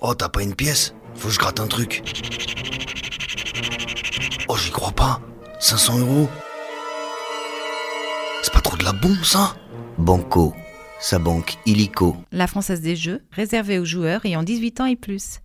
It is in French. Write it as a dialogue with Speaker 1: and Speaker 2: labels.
Speaker 1: Oh, t'as pas une pièce Faut que je gratte un truc. Oh, j'y crois pas. 500 euros C'est pas trop de la bombe, ça Banco. Sa banque illico.
Speaker 2: La Française des Jeux, réservée aux joueurs ayant 18 ans et plus.